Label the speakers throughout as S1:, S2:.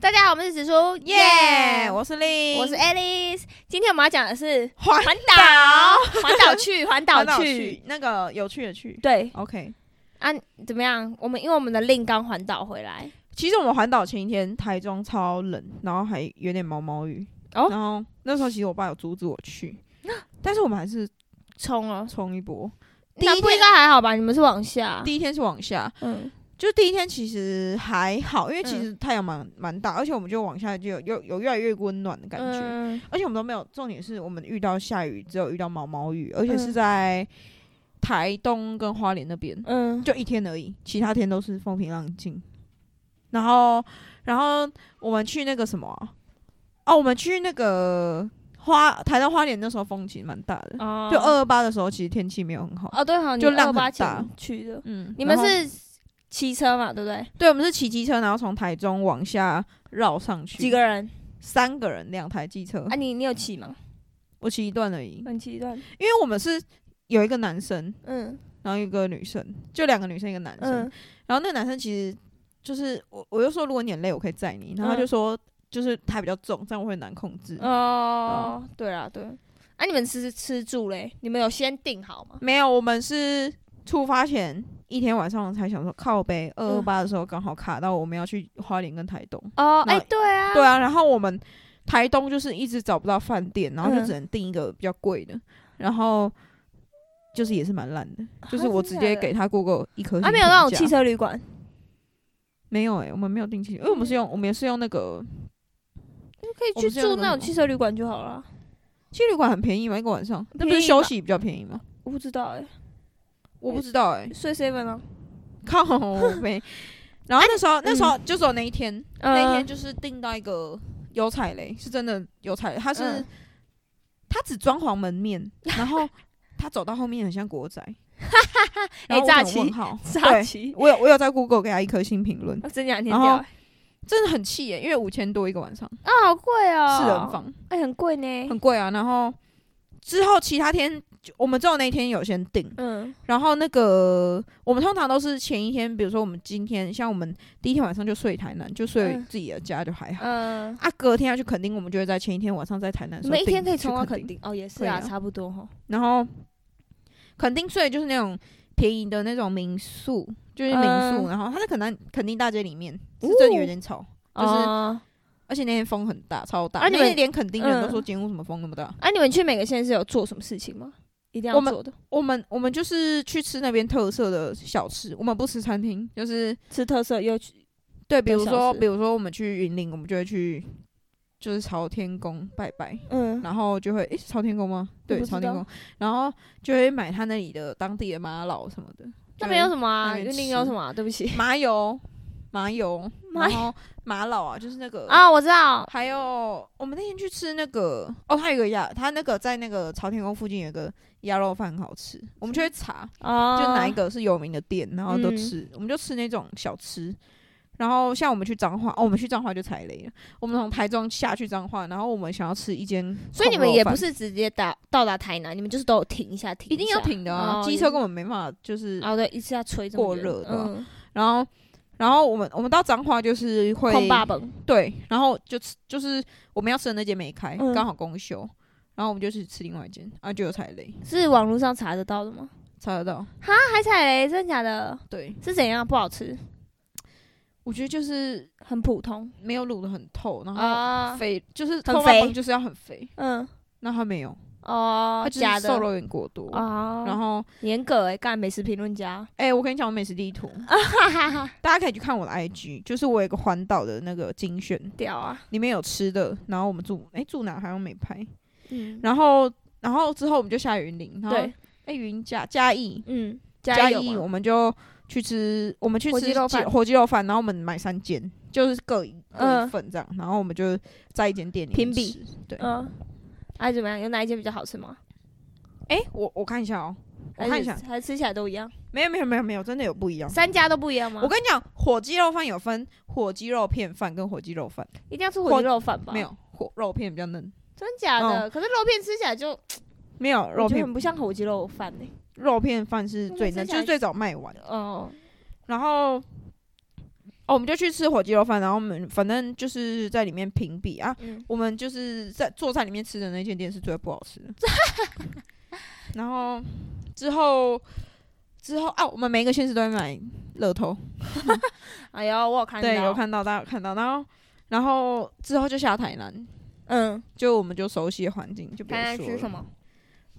S1: 大家好，我们是紫苏，
S2: 耶、我是令，
S1: 我是 Alice。今天我们要讲的是
S2: 环
S1: 环岛，环岛 去，环岛
S2: 环岛
S1: 去。
S2: 那个有趣的去。
S1: 对
S2: OK，
S1: 啊，怎么样？我们因为我们的令刚环岛回来，
S2: 其实我们环岛前一天台中超冷，然后还有点毛毛雨。
S1: 哦
S2: 然后那时候其实我爸有阻止我 去，但是我们还是
S1: 冲了。
S2: 冲一哦波。第一
S1: 南部
S2: 天
S1: 应该还好吧？你们是往下，
S2: 第一天是往下，
S1: 嗯，
S2: 就第一天其实还好，因为其实太阳蛮蛮大，而且我们就往下就有有有越来越温暖的感觉。
S1: 嗯
S2: 而且我们都没有，重点是我们遇到下雨，只有遇到毛毛雨，而且
S1: 嗯
S2: 是在台东跟花莲那边，
S1: 嗯，
S2: 就一天而已，其他天都是风平浪静。然后，然后我们去那个什么啊、哦，我们去那个花台东花莲，那时候风其实蛮大的，
S1: 哦
S2: 就二二八的时候，其实天气没有很好。
S1: 哦，对哈，
S2: 就
S1: 你
S2: 浪
S1: 二八
S2: 很大
S1: 前去的，
S2: 嗯，
S1: 你们
S2: 然后
S1: 是骑车嘛？对不对？
S2: 对，我们是骑机车，然后从台中往下绕上去，
S1: 几个人？
S2: 三个人，两台机车
S1: 啊，，你你有骑吗？
S2: 我嗯骑一段而已，
S1: 很骑一段，
S2: 因为我们是有一个男生，
S1: 嗯
S2: 然后一个女生，就两个女生一个男生。
S1: 嗯，
S2: 然后那个男生其实就是我，我就说如果你很累，我可以载你。然后他
S1: 嗯
S2: 就说就是他比较重，这样我会很难控制。嗯
S1: 哦，对啊，对。啊，你们吃吃住嘞？你们有先订好吗？
S2: 没有，我们是出发前一天晚上才想说靠北二
S1: 嗯
S2: 二八的时候刚好卡到我们要去花莲跟台东。
S1: 哦，哎、
S2: 那
S1: 对啊，
S2: 对啊，然后我们台东就是一直找不到饭店，然后就
S1: 嗯
S2: 只能订一个比较贵的，然后。就是也是蛮烂的，就是
S1: 啊
S2: 我直
S1: 真假
S2: 接
S1: 的
S2: 给他 Google 一颗星
S1: 啊，没有那种
S2: 评价
S1: 汽车旅馆，
S2: 没有哎、我们没有定期，因为我们
S1: 嗯
S2: 是用我们也是用那个
S1: 可以
S2: 我
S1: 去
S2: 们是
S1: 住
S2: 用那
S1: 那
S2: 个
S1: 种汽车旅馆就好了。
S2: 青旅馆很便宜嘛，一个晚上，那不是
S1: 便宜
S2: 休
S1: 吧
S2: 息比较便宜吗？
S1: 我不知道哎、
S2: 我不知道哎、
S1: 睡 seven 啊，
S2: 靠我没。然后那时候那时候就只有那一天，那一天
S1: 嗯
S2: 就是订到一个有踩雷，是真的有踩雷，它是
S1: 嗯
S2: 它只装潢门面， 然后它走到后面很像国宅， 然后我
S1: 哎炸
S2: 整个问
S1: 鸡
S2: 号，
S1: 假
S2: 对，
S1: 期，
S2: 我有我有在 Google 给他一颗星评论，
S1: 啊真假天
S2: 然
S1: 掉
S2: 后真的很气耶、因为五千多一个晚上，
S1: 啊，好贵哦，
S2: 四人，房。
S1: 哎、很贵呢，
S2: 很贵啊。然后之后其他天，就我们只有那一天有先订，
S1: 嗯
S2: 然后那个我们通常都是前一天，比如说我们今天，像我们第一天晚上就睡台南，就睡
S1: 嗯
S2: 自己的家就还好。
S1: 嗯，
S2: 啊，隔天要去垦丁，我们就会在前一天晚上在台南的
S1: 你
S2: 时候
S1: 们
S2: 订。
S1: 一天可以冲到
S2: 去
S1: 垦
S2: 垦，
S1: 丁哦，也是
S2: 可以
S1: 啊，
S2: 啊
S1: 差不多哈，
S2: 然后垦丁睡的就是那种便宜的那种民宿，就是民
S1: 嗯
S2: 宿，然后它在垦南垦丁大街里面，是
S1: 哦
S2: 真的有点吵。就是
S1: 哦
S2: 而且那天风很大，超大。
S1: 啊你
S2: 那
S1: 们
S2: 天连垦丁人都
S1: 嗯
S2: 说今天为什么风那么大？
S1: 啊，你们去每个县市有做什么事情吗？一定要
S2: 我们
S1: 做的，
S2: 我们我们就是去吃那边特色的小吃，我们不吃餐厅，就是
S1: 吃特色又去
S2: 对，比如
S1: 小
S2: 说
S1: 吃
S2: 比如说我们去云林，我们就会去就是朝天宫拜拜，
S1: 嗯
S2: 然后就会诶、朝天宫吗？
S1: 我
S2: 对，
S1: 不知
S2: 朝天宫，然后就会买他那里的当地的玛瑙什么的，
S1: 那边有
S2: 么
S1: 什么啊？
S2: 那边
S1: 云
S2: 吃
S1: 林有什么、啊？对不起
S2: 麻油麻油，
S1: 麻
S2: 然后玛瑙啊，就是那个。
S1: 啊，我知道，
S2: 还有，我们那天去吃那个哦，他有个鸭，他那个在那个朝天宫附近有个鸭肉饭很好吃，我们就会查，
S1: 哦，
S2: 就哪一个是有名的店，然后都
S1: 嗯
S2: 吃，我们就吃那种小吃。然后像我们去彰化，哦，我们去彰化就踩雷了。我们从台中下去彰化，然后我们想要吃一间，
S1: 所以你们也不是直接到到达台南，你们就是都有停一下，停
S2: 一定要
S1: 下
S2: 停的
S1: 哦
S2: 啊，机、车根本没办法，就是。
S1: 哦，对，一次要吹这么
S2: 过
S1: 远
S2: 热的啊
S1: 嗯，
S2: 然后，然后我们我们到彰化就是会
S1: 空霸本，
S2: 对，然后就吃就是我们要吃的那间没开，
S1: 嗯
S2: 刚好公休，然后我们就去吃另外一间，啊，就有踩雷，
S1: 是网络上查得到的吗？啊
S2: 查得到。
S1: 海踩雷，真的假的？
S2: 对，
S1: 是怎样？不好吃，
S2: 我觉得就是
S1: 很普通
S2: 没有卤的很透，然后
S1: 啊，
S2: 肥、就是
S1: 很
S2: 空霸
S1: 肥
S2: 棒就是要很肥，
S1: 嗯，
S2: 那他没有。
S1: 哦
S2: 他，就
S1: 假
S2: 是
S1: 的
S2: 瘦肉有点过多。
S1: 哦，
S2: 然后，
S1: 严格哎，干美食评论家，
S2: 哎、我跟你讲，我美食 地图，
S1: 哈哈哈，
S2: 大家可以去看我的 IG，就是我有一个环岛的那个精选，
S1: 屌啊，
S2: 里面有吃的，然后我们住，哎、住哪好像没拍。
S1: 嗯，
S2: 然后，然后之后我们就下云林，然后，
S1: 对
S2: 哎、，云嘉嘉义，
S1: 嗯，
S2: 嘉
S1: 油
S2: 义
S1: 嘛
S2: 我们就去吃，我们去
S1: 火
S2: 吃
S1: 鸡肉饭
S2: 火鸡肉饭，然后我们买三间，就是各一各
S1: 嗯
S2: 一份这样，然后我们就在一间店里面
S1: 评比
S2: 吃，对，哎、
S1: 嗯，哎怎么样？有哪一间比较好吃吗？
S2: 哎我我看一下哦、我
S1: 还
S2: 看一
S1: 是
S2: 下
S1: 还是吃起来都一样，
S2: 没有没有没有没有，真的有不一样。
S1: 三家都不一样吗
S2: 我？跟你讲，火鸡肉饭有分火鸡肉片饭跟火鸡肉饭，
S1: 一定要吃火
S2: 火
S1: 鸡肉饭吧？
S2: 没，有火肉片比较嫩，
S1: 真假的？可是肉片吃起来就
S2: 没有
S1: 我
S2: 肉
S1: 觉得
S2: 片
S1: 很不像火鸡肉饭呢。
S2: 肉片饭是最
S1: 那吃
S2: 嫩，
S1: 起
S2: 就
S1: 来
S2: 是最早卖完。
S1: 哦，
S2: 然后哦，哦，我们就去吃火鸡肉饭，然后我们反正就是在里面评比啊。
S1: 嗯，
S2: 我们就是在坐在里面吃的那间店是最不好 吃的。然后之后之后啊，我们每一个县市都会买乐透，
S1: 哎呦，我有看到，
S2: 对，有，看到大家有看到。然后然后之后就下台南，
S1: 嗯，
S2: 就我们就熟悉的环境，就不
S1: 台南
S2: 用说
S1: 吃
S2: 了
S1: 什么？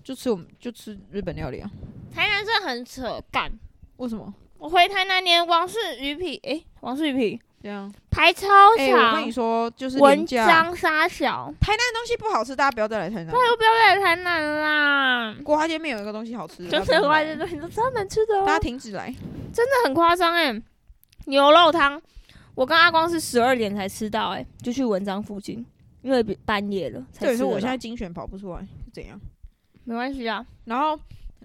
S2: 就吃我们就吃日本料理啊？
S1: 台南真的很扯干。
S2: 为什么
S1: 我回台南连王氏鱼皮，诶、王氏鱼皮
S2: 这样？
S1: 排超
S2: 哎、
S1: 长，
S2: 我哎跟你说，就是
S1: 啊文
S2: 廉价
S1: 章沙小，
S2: 台南的东西不好吃，大家不要再来台南。
S1: 都不要再来台南啦。
S2: 国华街面有一个东西好吃，
S1: 就是国外这东西都专门吃的、哦，
S2: 大家
S1: 真
S2: 停止来。
S1: 的很夸张哎。牛肉汤，我跟阿光是十二点才吃到哎、就去文章附近，因为比半夜了才
S2: 这也
S1: 吃
S2: 是
S1: 得到。
S2: 我现在精选跑不出来，是怎样？
S1: 没关系啊，
S2: 然后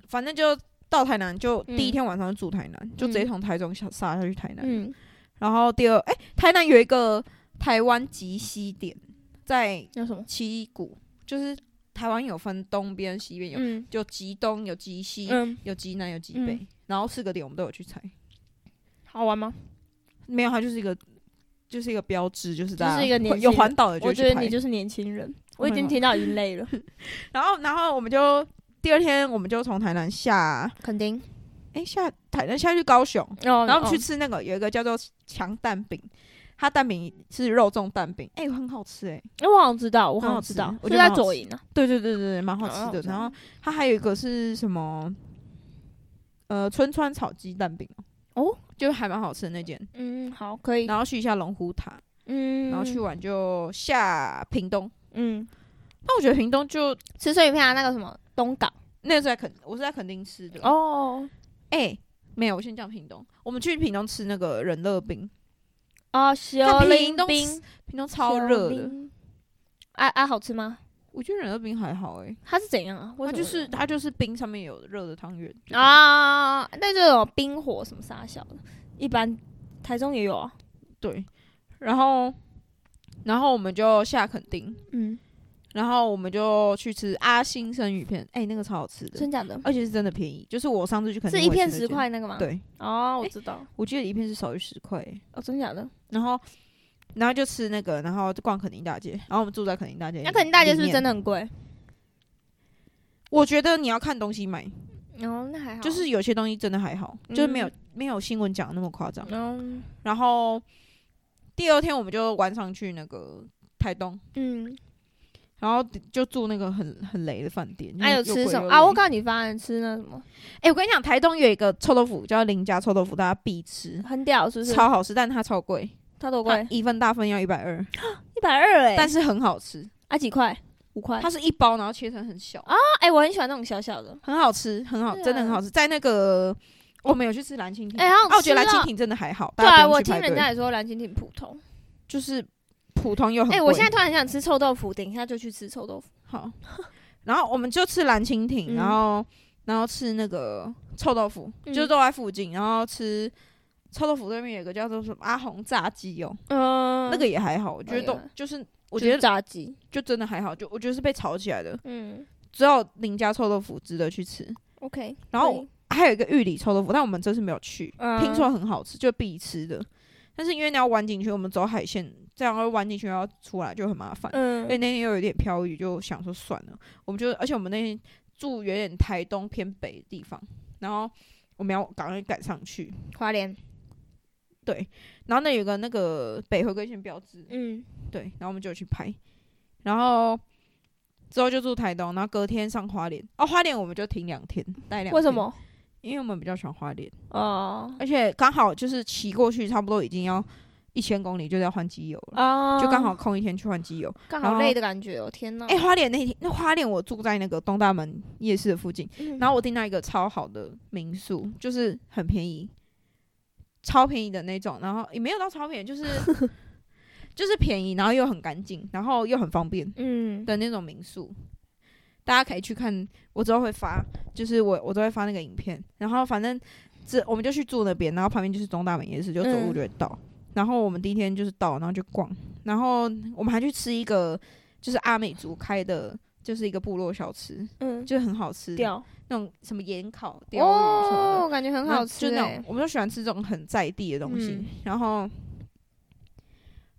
S2: 反正就到台南，就
S1: 嗯
S2: 第一天晚上就住台南，就直接
S1: 嗯
S2: 从台中下杀下去台南。
S1: 嗯，
S2: 然后第二，哎、台南有一个台湾极西点，在
S1: 那什么？
S2: 七股，就是台湾有分东边、西边，有、
S1: 嗯
S2: 有极东、有极西、
S1: 嗯，
S2: 有极南、有极北，然后四个点我们都有去踩。
S1: 好玩吗？
S2: 没有，它就是一个就是一个标志，就是大
S1: 就是
S2: 家
S1: 一个年
S2: 有
S1: 轻
S2: 环岛的就
S1: 我
S2: 会
S1: 觉
S2: 去
S1: 得
S2: 拍
S1: 你。就是年轻人，
S2: Oh
S1: 我已
S2: my
S1: 经
S2: god
S1: 听到已经累了，
S2: 然后，然后我们就第二天我们就从台南下，
S1: 肯定。
S2: 哎、下台南下去高雄，
S1: 哦，
S2: 然后我们去
S1: 哦
S2: 吃那个有一个叫做强蛋饼，它蛋饼是肉粽蛋饼，哎、很好吃哎、
S1: 哎、我好像知道，我好
S2: 很好
S1: 像知
S2: 吃
S1: 道，
S2: 嗯我
S1: 就
S2: 觉得
S1: 在左
S2: 蛮好吃
S1: 营啊。
S2: 对对对对，蛮好吃
S1: 蛮好
S2: 的。
S1: 吃
S2: 然后它还有一个是什么？呃，春川炒鸡蛋饼
S1: 哦，
S2: 就还蛮好吃的那间。
S1: 嗯，好，可以。
S2: 然后去一下龙虎塔，
S1: 嗯，
S2: 然后去玩就下屏东。
S1: 嗯，
S2: 那我觉得屏东就
S1: 吃生鱼片啊，那个什么东港。
S2: 那个是在垦，我是在垦丁吃的。
S1: 哦
S2: 哎、没有，我先讲屏东。我们去屏东吃那个人乐冰，
S1: 哦，小
S2: 看
S1: 林
S2: 屏东
S1: 冰
S2: 屏东超
S1: 小
S2: 热。的。
S1: 林啊啊，好吃吗？
S2: 我觉得人乐冰还好哎、
S1: 它是怎样啊？
S2: 它
S1: 为什么
S2: 就是它就是冰上面有热的汤圆啊，
S1: 啊，那就有冰火什么啥小的，一般台中也有啊。
S2: 对，然后然后我们就下垦丁，
S1: 嗯，
S2: 然后我们就去吃阿星生鱼片，哎、那个超好吃的，
S1: 真假的？
S2: 而且是真的便宜，就是我上次去垦丁
S1: 是一
S2: 我也
S1: 片
S2: 吃那
S1: 十
S2: 间，
S1: 块那个吗？。
S2: 对，
S1: 哦，我知道。
S2: 我记得一片是少于十块、哎
S1: 哦，真假的？
S2: 然后然后就吃那个，然后就逛垦丁大街，然后我们住在垦丁大街，
S1: 那肯定大街是不是真
S2: 的？
S1: 的很贵？
S2: 我觉得你要看东西买，
S1: 哦，那还好。
S2: 就是有些东西真的还好，就是没有、
S1: 嗯
S2: 没有新闻讲的那么夸张。
S1: 嗯
S2: 然后第二天我们就晚上去那个台东，
S1: 嗯，
S2: 然后就住那个很很雷的饭店。
S1: 还有吃什么
S2: 么
S1: 啊？我告诉你，发现吃那什么
S2: 哎、我跟你讲，台东有一个臭豆腐叫林家臭豆腐，大家必吃，
S1: 很屌，是不是？
S2: 超好吃，但它超贵，
S1: 它多
S2: 它
S1: 贵？
S2: 一份大份要一百二，
S1: 一百二哎，
S2: 但是很好吃。
S1: 啊几块？五块。
S2: 它是一包，然后切成很小，啊、
S1: 哎、我很喜欢那种小小的，
S2: 很好吃，很好，
S1: 对啊
S2: 真的很好吃。在那个我们有去吃蓝蜻蜓，
S1: 哎好想
S2: 啊我觉得
S1: 吃
S2: 蓝
S1: 哦
S2: 蜻蜓真的还好，
S1: 对
S2: 大家
S1: 啊，
S2: 不
S1: 我
S2: 用去
S1: 听
S2: 排队
S1: 人家也说蓝蜻蜓普通。
S2: 就是普通又很
S1: 哎、
S2: 贵。
S1: 我现在突然很想吃臭豆腐，等一下就去吃臭豆腐。
S2: 好，然后我们就吃蓝蜻
S1: 嗯
S2: 蜓，然后然后吃那个臭豆腐，
S1: 嗯
S2: 就是都在附近，然后吃臭豆腐对面有个叫做什么阿红炸鸡哦，
S1: 嗯
S2: 那个也还好，我觉得都
S1: 哎呀
S2: 就是
S1: 我
S2: 我觉得
S1: 炸鸡，
S2: 就真的还好，就我觉得是被炒起来的，
S1: 嗯
S2: 只有林家臭豆腐值得去吃，
S1: ，OK。
S2: 然后还有一个玉里臭豆腐，但我们这次没有去，
S1: 嗯
S2: 听说很好吃，就必吃的，但是因为你要弯进去，我们走海线，这样会弯进去要出来就很麻烦，
S1: 嗯
S2: 所以那天又有点飘雨，就想说算了，我们就而且我们那天住有点台东偏北的地方，然后我们要赶快赶上去，
S1: 花莲，
S2: 然后那有个那个北回归线标志，
S1: 嗯
S2: 对，然后我们就去拍，然后之后就住台东，然后隔天上花莲，哦，花莲我们就停两天，待两，
S1: 为什？么？
S2: 因为我们比较喜欢花莲，
S1: 哦
S2: 而且刚好就是骑过去差不多已经要一千公里，就是要换机油了。
S1: 哦，
S2: 就刚好空一天去换机油，
S1: 刚
S2: 然
S1: 好
S2: 后
S1: 累的感觉哦，天哪！
S2: 哎、花莲那天，那花莲我住在那个东大门夜市的附近，
S1: 嗯
S2: 然后我订到一个超好的民宿，就是很便宜，超便宜的那种，然后也没有到超便宜，就是 就是便宜，然后又很干净，然后又很方便
S1: 嗯，
S2: 的那种民宿。大家可以去看，我之后会发，就是我我都会发那个影片。然后反正这我们就去住那边，然后旁边就是东大门夜市，就走路就会到。然后我们第一天就是到，然后就逛，然后我们还去吃一个就是阿美族开的，就是一个部落小吃，
S1: 嗯，
S2: 就是很好吃。
S1: 掉
S2: 那种什么盐烤鲷鱼什么的，
S1: 哦，感觉很
S2: 然后
S1: 好吃
S2: 就那
S1: 哎
S2: 种，我们都喜欢吃这种很在地的东西。
S1: 嗯
S2: 然后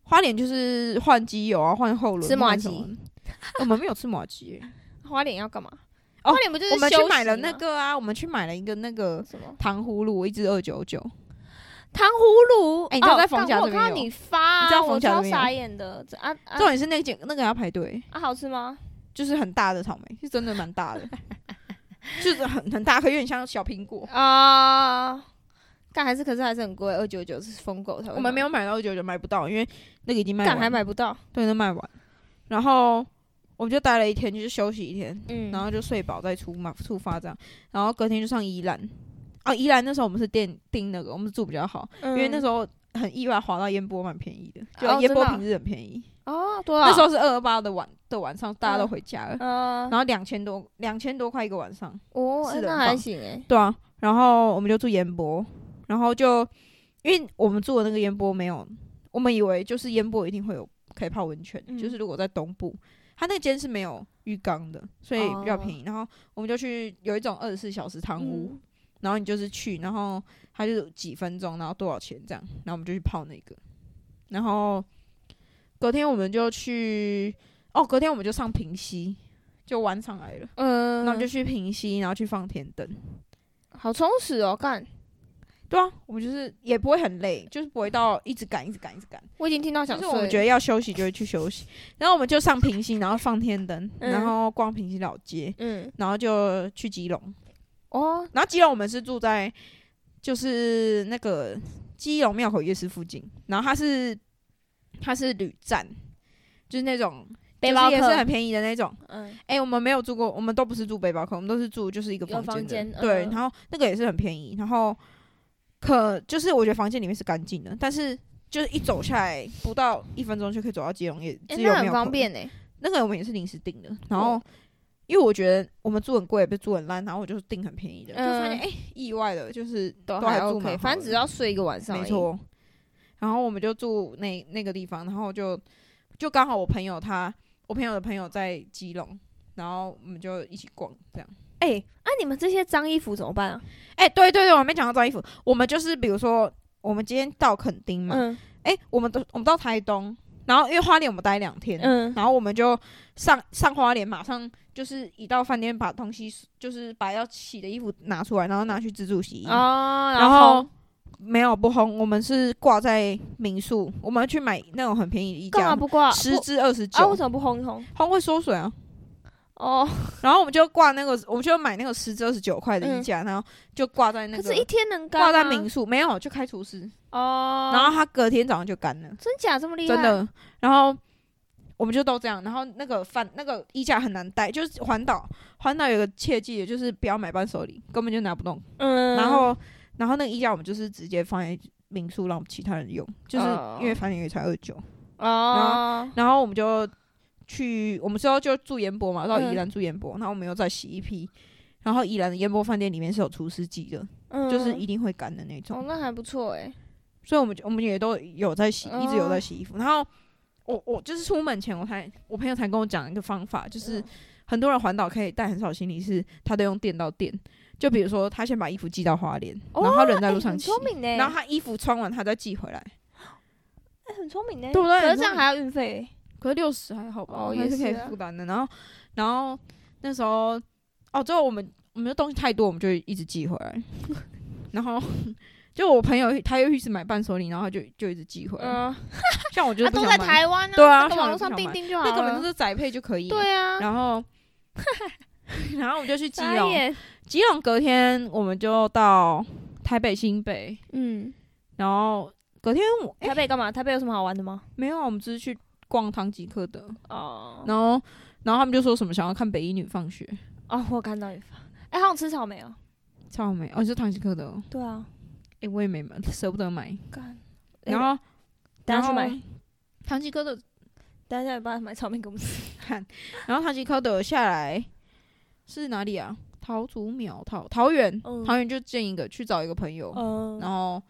S2: 花莲就是换机油啊，换后轮，
S1: 吃麻
S2: 换什么的。我们没有吃马吉耶、
S1: 花莲要干嘛？
S2: 哦
S1: 花莲不 就是
S2: 我们去
S1: 休息
S2: 买了那
S1: 吗
S2: 个啊，我们去买了一个那个
S1: 什么
S2: 糖葫芦，一只二九九。
S1: 糖葫芦？
S2: 哎你知道
S1: 哦
S2: 在冯
S1: 干
S2: 甲
S1: 我
S2: 这边
S1: 看到
S2: 有
S1: 你发啊，
S2: 你知道
S1: 我
S2: 冯甲
S1: 超
S2: 这边有
S1: 傻眼的。这啊啊
S2: 重点是那件那个要排队，
S1: 啊，好吃吗？
S2: 就是很大的草莓，是真的蛮大 的，就是很很大颗，有点像小苹果。
S1: 啊，但还是可是还是很贵，二九九是疯狗才会买。
S2: 我们没有买到二九九，买不到，因为那个已经卖
S1: 干还
S2: 完了，
S1: 买不到。
S2: 对，那卖完。然后我们就待了一天，就是休息一天，
S1: 嗯，
S2: 然后就睡饱再出嘛出发这样。然后隔天就上宜兰，哦，宜兰那时候我们是订订那个，我们住比较好，
S1: 因
S2: 因为那时候很意外划到烟波蛮便宜的，
S1: 嗯哦
S2: 就烟
S1: 真的
S2: 波
S1: 哦
S2: 平日很便宜，
S1: 候哦多少？
S2: 那时候是二二八的晚的晚上，大家都回家了，
S1: 嗯
S2: 然后两千多两千多块一个晚上，
S1: 哦，
S2: 四
S1: 哎
S2: 人
S1: 那
S2: 房
S1: 还行哎。
S2: 对啊，然后我们就住烟波，然后就因为我们住的那个烟波没有，我们以为就是烟波一定会有可以泡温泉，
S1: 嗯
S2: 就是如果在东部，它那间是没有浴缸的，所以比较
S1: 哦
S2: 便宜。然后我们就去有一种二十四小时汤屋，
S1: 嗯
S2: 然后你就是去，然后它就是几分钟，然后多少钱这样，然后我们就去泡那个，然后隔天我们就去，哦，隔天我们就上平溪，就玩上来了，
S1: 嗯，
S2: 那我们就去平溪，然后去放天灯。
S1: 好充实哦，干！
S2: 对啊，我们就是也不会很累，就是不会到一直赶、一直赶、一直赶。
S1: 我已经听到想
S2: 就是
S1: 睡
S2: 我
S1: 了。
S2: 们觉得要休息就会去休息，然后我们就上平溪，然后放天灯，
S1: 嗯
S2: 然后逛平溪老街，
S1: 嗯
S2: 然后就去基隆。
S1: 哦，
S2: 然后基隆我们是住在就是那个基隆庙口夜市附近，然后它是它是旅站，就是那种
S1: 背
S2: 就是
S1: 包
S2: 也是
S1: 客
S2: 很，便宜的那种。
S1: 嗯
S2: 哎、我们没有住过，我们都不是住背包客，我们都是住就是一个
S1: 有
S2: 房间的
S1: 房间
S2: 对，
S1: 嗯
S2: 然后那个也是很便宜，然后可就是我觉得房间里面是干净的，但是就是一走下来不到一分钟就可以走到基隆夜，
S1: 哎，
S2: 基
S1: 那
S2: 隆
S1: 很
S2: 庙
S1: 方
S2: 口。
S1: 便哎。
S2: 那个我们也是临时订的，然后
S1: 哦
S2: 因为我觉得我们住很贵，也不是住很烂，然后我就订很便宜的，就发现
S1: 嗯
S2: 哎、意外的就是
S1: 都还
S2: 还住蛮
S1: OK，
S2: 好
S1: 反正
S2: 的
S1: 只要睡一个晚上，
S2: 没。错。然后我们就住那那个地方，然后就就刚好我朋友他，我朋友的朋友在基隆，然后我们就一起逛这样。
S1: 哎，那你们这些脏衣服怎么办啊？
S2: 哎、对对对，我还没讲到脏衣服，我们就是比如说我们今天到垦丁嘛，
S1: 嗯
S2: 哎、我们都我们到台东，然后因为花莲我们待两天，
S1: 嗯，
S2: 然后我们就上上花莲，马上就是一到饭店把东西就是把要洗的衣服拿出来，然后拿去自助洗衣。
S1: 哦，
S2: 嗯然后没有不烘，我们是挂在民宿，我们去买那种很便宜的衣
S1: 干嘛
S2: 架，
S1: 不挂？
S2: 十
S1: 不
S2: 至二十
S1: 啊？为
S2: 九，
S1: 什么不烘一烘？
S2: 烘会缩水啊。
S1: 哦，
S2: 然后我们就挂那个，我们就买那个十至二十九块的衣架，然后就挂在
S1: 嗯
S2: 那
S1: 可
S2: 个
S1: 是一天能干吗？啊
S2: 挂在民宿，没有就开除湿，
S1: 哦，
S2: 然后它隔天早上就干了，
S1: 真假这么厉害？
S2: 真的。然后我们就都这样，然后那个饭那个衣架很难带，就是环岛环岛有个切记的就是不要买伴手礼，根本就拿不动。
S1: 嗯，
S2: 然后然后那个衣架我们就是直接放在民宿让其他人用，就是
S1: 哦
S2: 因为反正也才二九，
S1: 哦，
S2: 然后我们就去，我们之后就住盐波嘛，到宜
S1: 嗯
S2: 兰住盐波，然后我们又再洗一批。然后宜兰的烟波饭店里面是有除湿机的，
S1: 嗯
S2: 就是一定会干的那
S1: 哦
S2: 种，，
S1: 那还不错哎，
S2: 所以我们就我们也都有在洗，
S1: 哦
S2: 一直有在洗衣服。然后我我就是出门前我才我朋友才跟我讲一个方法，
S1: 嗯
S2: 就是很多人环岛可以带很少行李是，他都用电到电，就比如说他先把衣服寄到花莲，然后他人在
S1: 哎
S2: 路上
S1: 很
S2: 骑，
S1: 聪明呢，
S2: 然后他衣服穿完，他再寄回来。
S1: 哎很聪明呢，
S2: 对不对
S1: 可是这样还要运费欸，
S2: 可是六十还好吧，
S1: 哦
S2: 还
S1: 也
S2: 是可以
S1: 是啊
S2: 负担的。然后，然后那时候，哦，最后我们我们的东西太多，我们就一直寄回来。 然后，就我朋友他又一直买伴手礼，然后他就就一直寄回来。
S1: 嗯，
S2: 像我就
S1: 他
S2: 是不
S1: 都在
S2: 想买，
S1: 台湾啊，
S2: 对啊
S1: 这个
S2: 像我
S1: 网络上
S2: 不想
S1: 订
S2: 买
S1: 订就好
S2: 那根本就
S1: 了，
S2: 是宅配就可以。
S1: 对啊，
S2: 然 后，哦然后我们就去基
S1: 傻
S2: 隆。
S1: 眼，
S2: 基隆隔天我们就到台北新北，
S1: 嗯，
S2: 然后隔天我哎、
S1: 台北干嘛？台北有什么好玩的吗？
S2: 没有啊，我们只是去逛唐吉诃德。
S1: 哦
S2: 然后，然后他们就说什么想要看北一女放学，
S1: 哦，我有看到你发，哎，好想吃草莓哦，
S2: 超美哦，是唐吉诃德哦，
S1: 对啊，
S2: 诶，我也没买，舍不得买。
S1: 干，哎
S2: 然后，
S1: 等
S2: 然
S1: 下
S2: 后
S1: 去买，
S2: 唐吉诃德，
S1: 等下去帮他买草莓给我们吃，
S2: 然后唐吉诃德下来是哪里啊？桃竹苗桃桃园，
S1: 嗯
S2: 桃园就见一个去找一个朋友，
S1: 嗯，
S2: 然后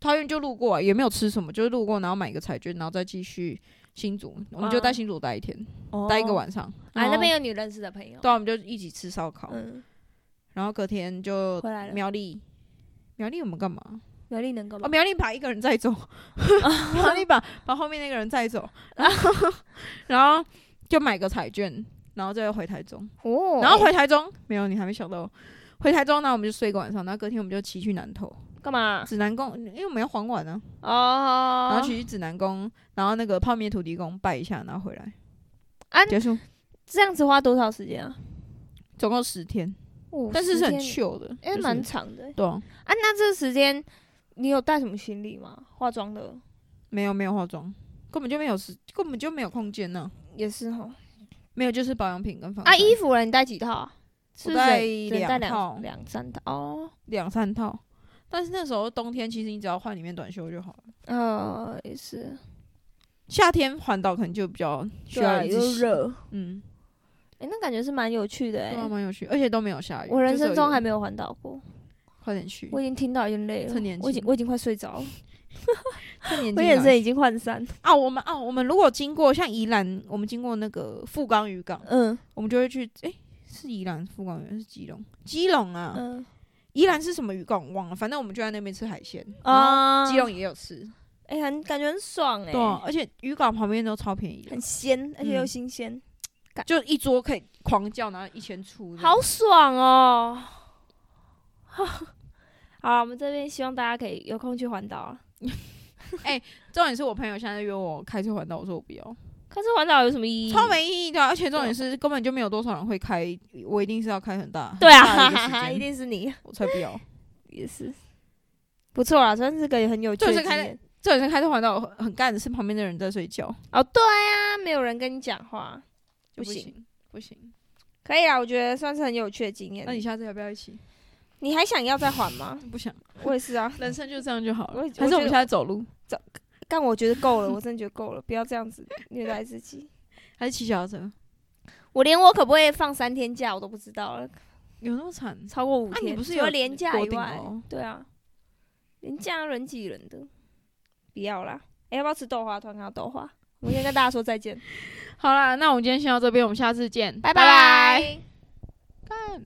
S2: 桃园就路过、啊，也没有吃什么，就是路过，然后买一个彩券，然后再继续新竹，我们就在
S1: 啊
S2: 新竹待一天，
S1: 哦
S2: 待一个，晚上。
S1: 哎，
S2: 然
S1: 那
S2: 后
S1: 边有你认识的朋友，
S2: 对啊，我们就一起吃烧烤，
S1: 嗯，
S2: 然后隔天就
S1: 回来了，
S2: 苗栗，苗栗我们干嘛？
S1: 苗栗能干嘛
S2: 哦，？苗栗把一个人载 走，苗栗把把后面那个人载走，然后 然后就买个彩券，然后再回台中，
S1: 哦
S2: 然后回台中没有，你还没想到。回台中，然后我们就睡一个晚上，然后隔天我们就骑去南投
S1: 干嘛？
S2: 指南宫，因为我们要还完呢、
S1: 哦，
S2: 然后骑去指南宫，然后那个泡面土地公拜一下，然后回来。
S1: 啊
S2: 结束，
S1: 这样子花多少时间啊？
S2: 总共十天，
S1: 哦
S2: 但是是很，
S1: 十
S2: chill 的，
S1: 天哎，
S2: 就是
S1: 蛮长的欸
S2: 对啊，
S1: 啊。那这个时间你有带什么行李吗？化妆的
S2: 没有没有化妆，根本就没有时，根本就没有空间呢、
S1: 也是哈。
S2: 没有就是保养品跟防
S1: 啊，
S2: 晒
S1: 衣服嘞，你带几套啊？是
S2: 我
S1: 不是
S2: 带
S1: 只能带
S2: 两套
S1: 两两三套哦。
S2: 两三套，但是那时候冬天其实你只要换里面短袖就好了，
S1: 呃，也是，
S2: 夏天环岛可能就比较需
S1: 对啊
S2: 要一直
S1: 又
S2: 洗，
S1: 热，
S2: 嗯，
S1: 哎，那感觉是蛮有趣的
S2: 对啊，
S1: 哎。
S2: 蛮有趣，而且都没有下雨，
S1: 我人
S2: 就是有
S1: 生中
S2: 雨
S1: 还没有环嗯岛过，
S2: 快点去
S1: 我，已经听到已经累了，
S2: 趁年
S1: 我已经
S2: 轻
S1: 我已经快睡着了，
S2: 趁年
S1: 我
S2: 轻
S1: 眼
S2: 赶
S1: 神
S2: 快
S1: 已经涣散。
S2: 啊，我们啊，我们如果经过像宜兰，我们经过那个富冈渔港，
S1: 嗯
S2: 我们就会去，诶，是宜兰富冈渔港是基隆，基隆啊，
S1: 嗯
S2: 宜兰是什么渔港我忘了，反正我们就在那边吃海鲜，啊，
S1: 啊，
S2: 基隆也有吃，
S1: 哎，很感觉很爽哎
S2: 对，啊，而且渔港旁边都超便宜的
S1: 很，鲜，而且又
S2: 嗯
S1: 新鲜，
S2: 就一桌可以狂叫，然后一千出这样，
S1: 好爽哦。 好啊，我们这边希望大家可以有空去环岛啊。
S2: 重点是我朋友现在约我开车环岛，我说我不要，
S1: 可是环岛有什么意义？
S2: 超没意义的啊、而且重点是根本就没有多少人会开，我一定是要开很大，
S1: 对
S2: 很 大的一个时
S1: 啊，
S2: 间
S1: 一定是你，
S2: 我才不要。
S1: 也是不错啦，算是个很有趣的
S2: 就是
S1: 经
S2: 开
S1: 验。
S2: 重点是开车环岛我很干的是旁边的人在睡觉，
S1: 哦，对啊，没有人跟你讲话，
S2: 就
S1: 不
S2: 不
S1: 行
S2: 行不行。
S1: 可以啦，我觉得算是很有趣的经验。
S2: 那你下次要不要一起？
S1: 你还想要再还吗？
S2: 不想，
S1: 我也是啊，
S2: 人生就这样就好
S1: 我
S2: 了。还是我
S1: 我觉得
S2: 们现在走路，
S1: 但我觉得够了，我真的觉得够了，不要这样子虐待自己。
S2: 还是骑小车？
S1: 我连我可不可以放三天假我都不知道了，
S2: 有那么惨？
S1: 超过五
S2: 啊，
S1: 天，
S2: 你不是
S1: 除
S2: 有
S1: 了连假
S2: 国
S1: 以
S2: 定
S1: 外，
S2: 哦？
S1: 对啊，连假人挤人的，不要啦。哎、要不要吃豆花？突然看到豆花，我们先跟大家说再见，
S2: 好啦，那我们今天先到这边，我们下次见，
S1: 拜拜。
S2: 干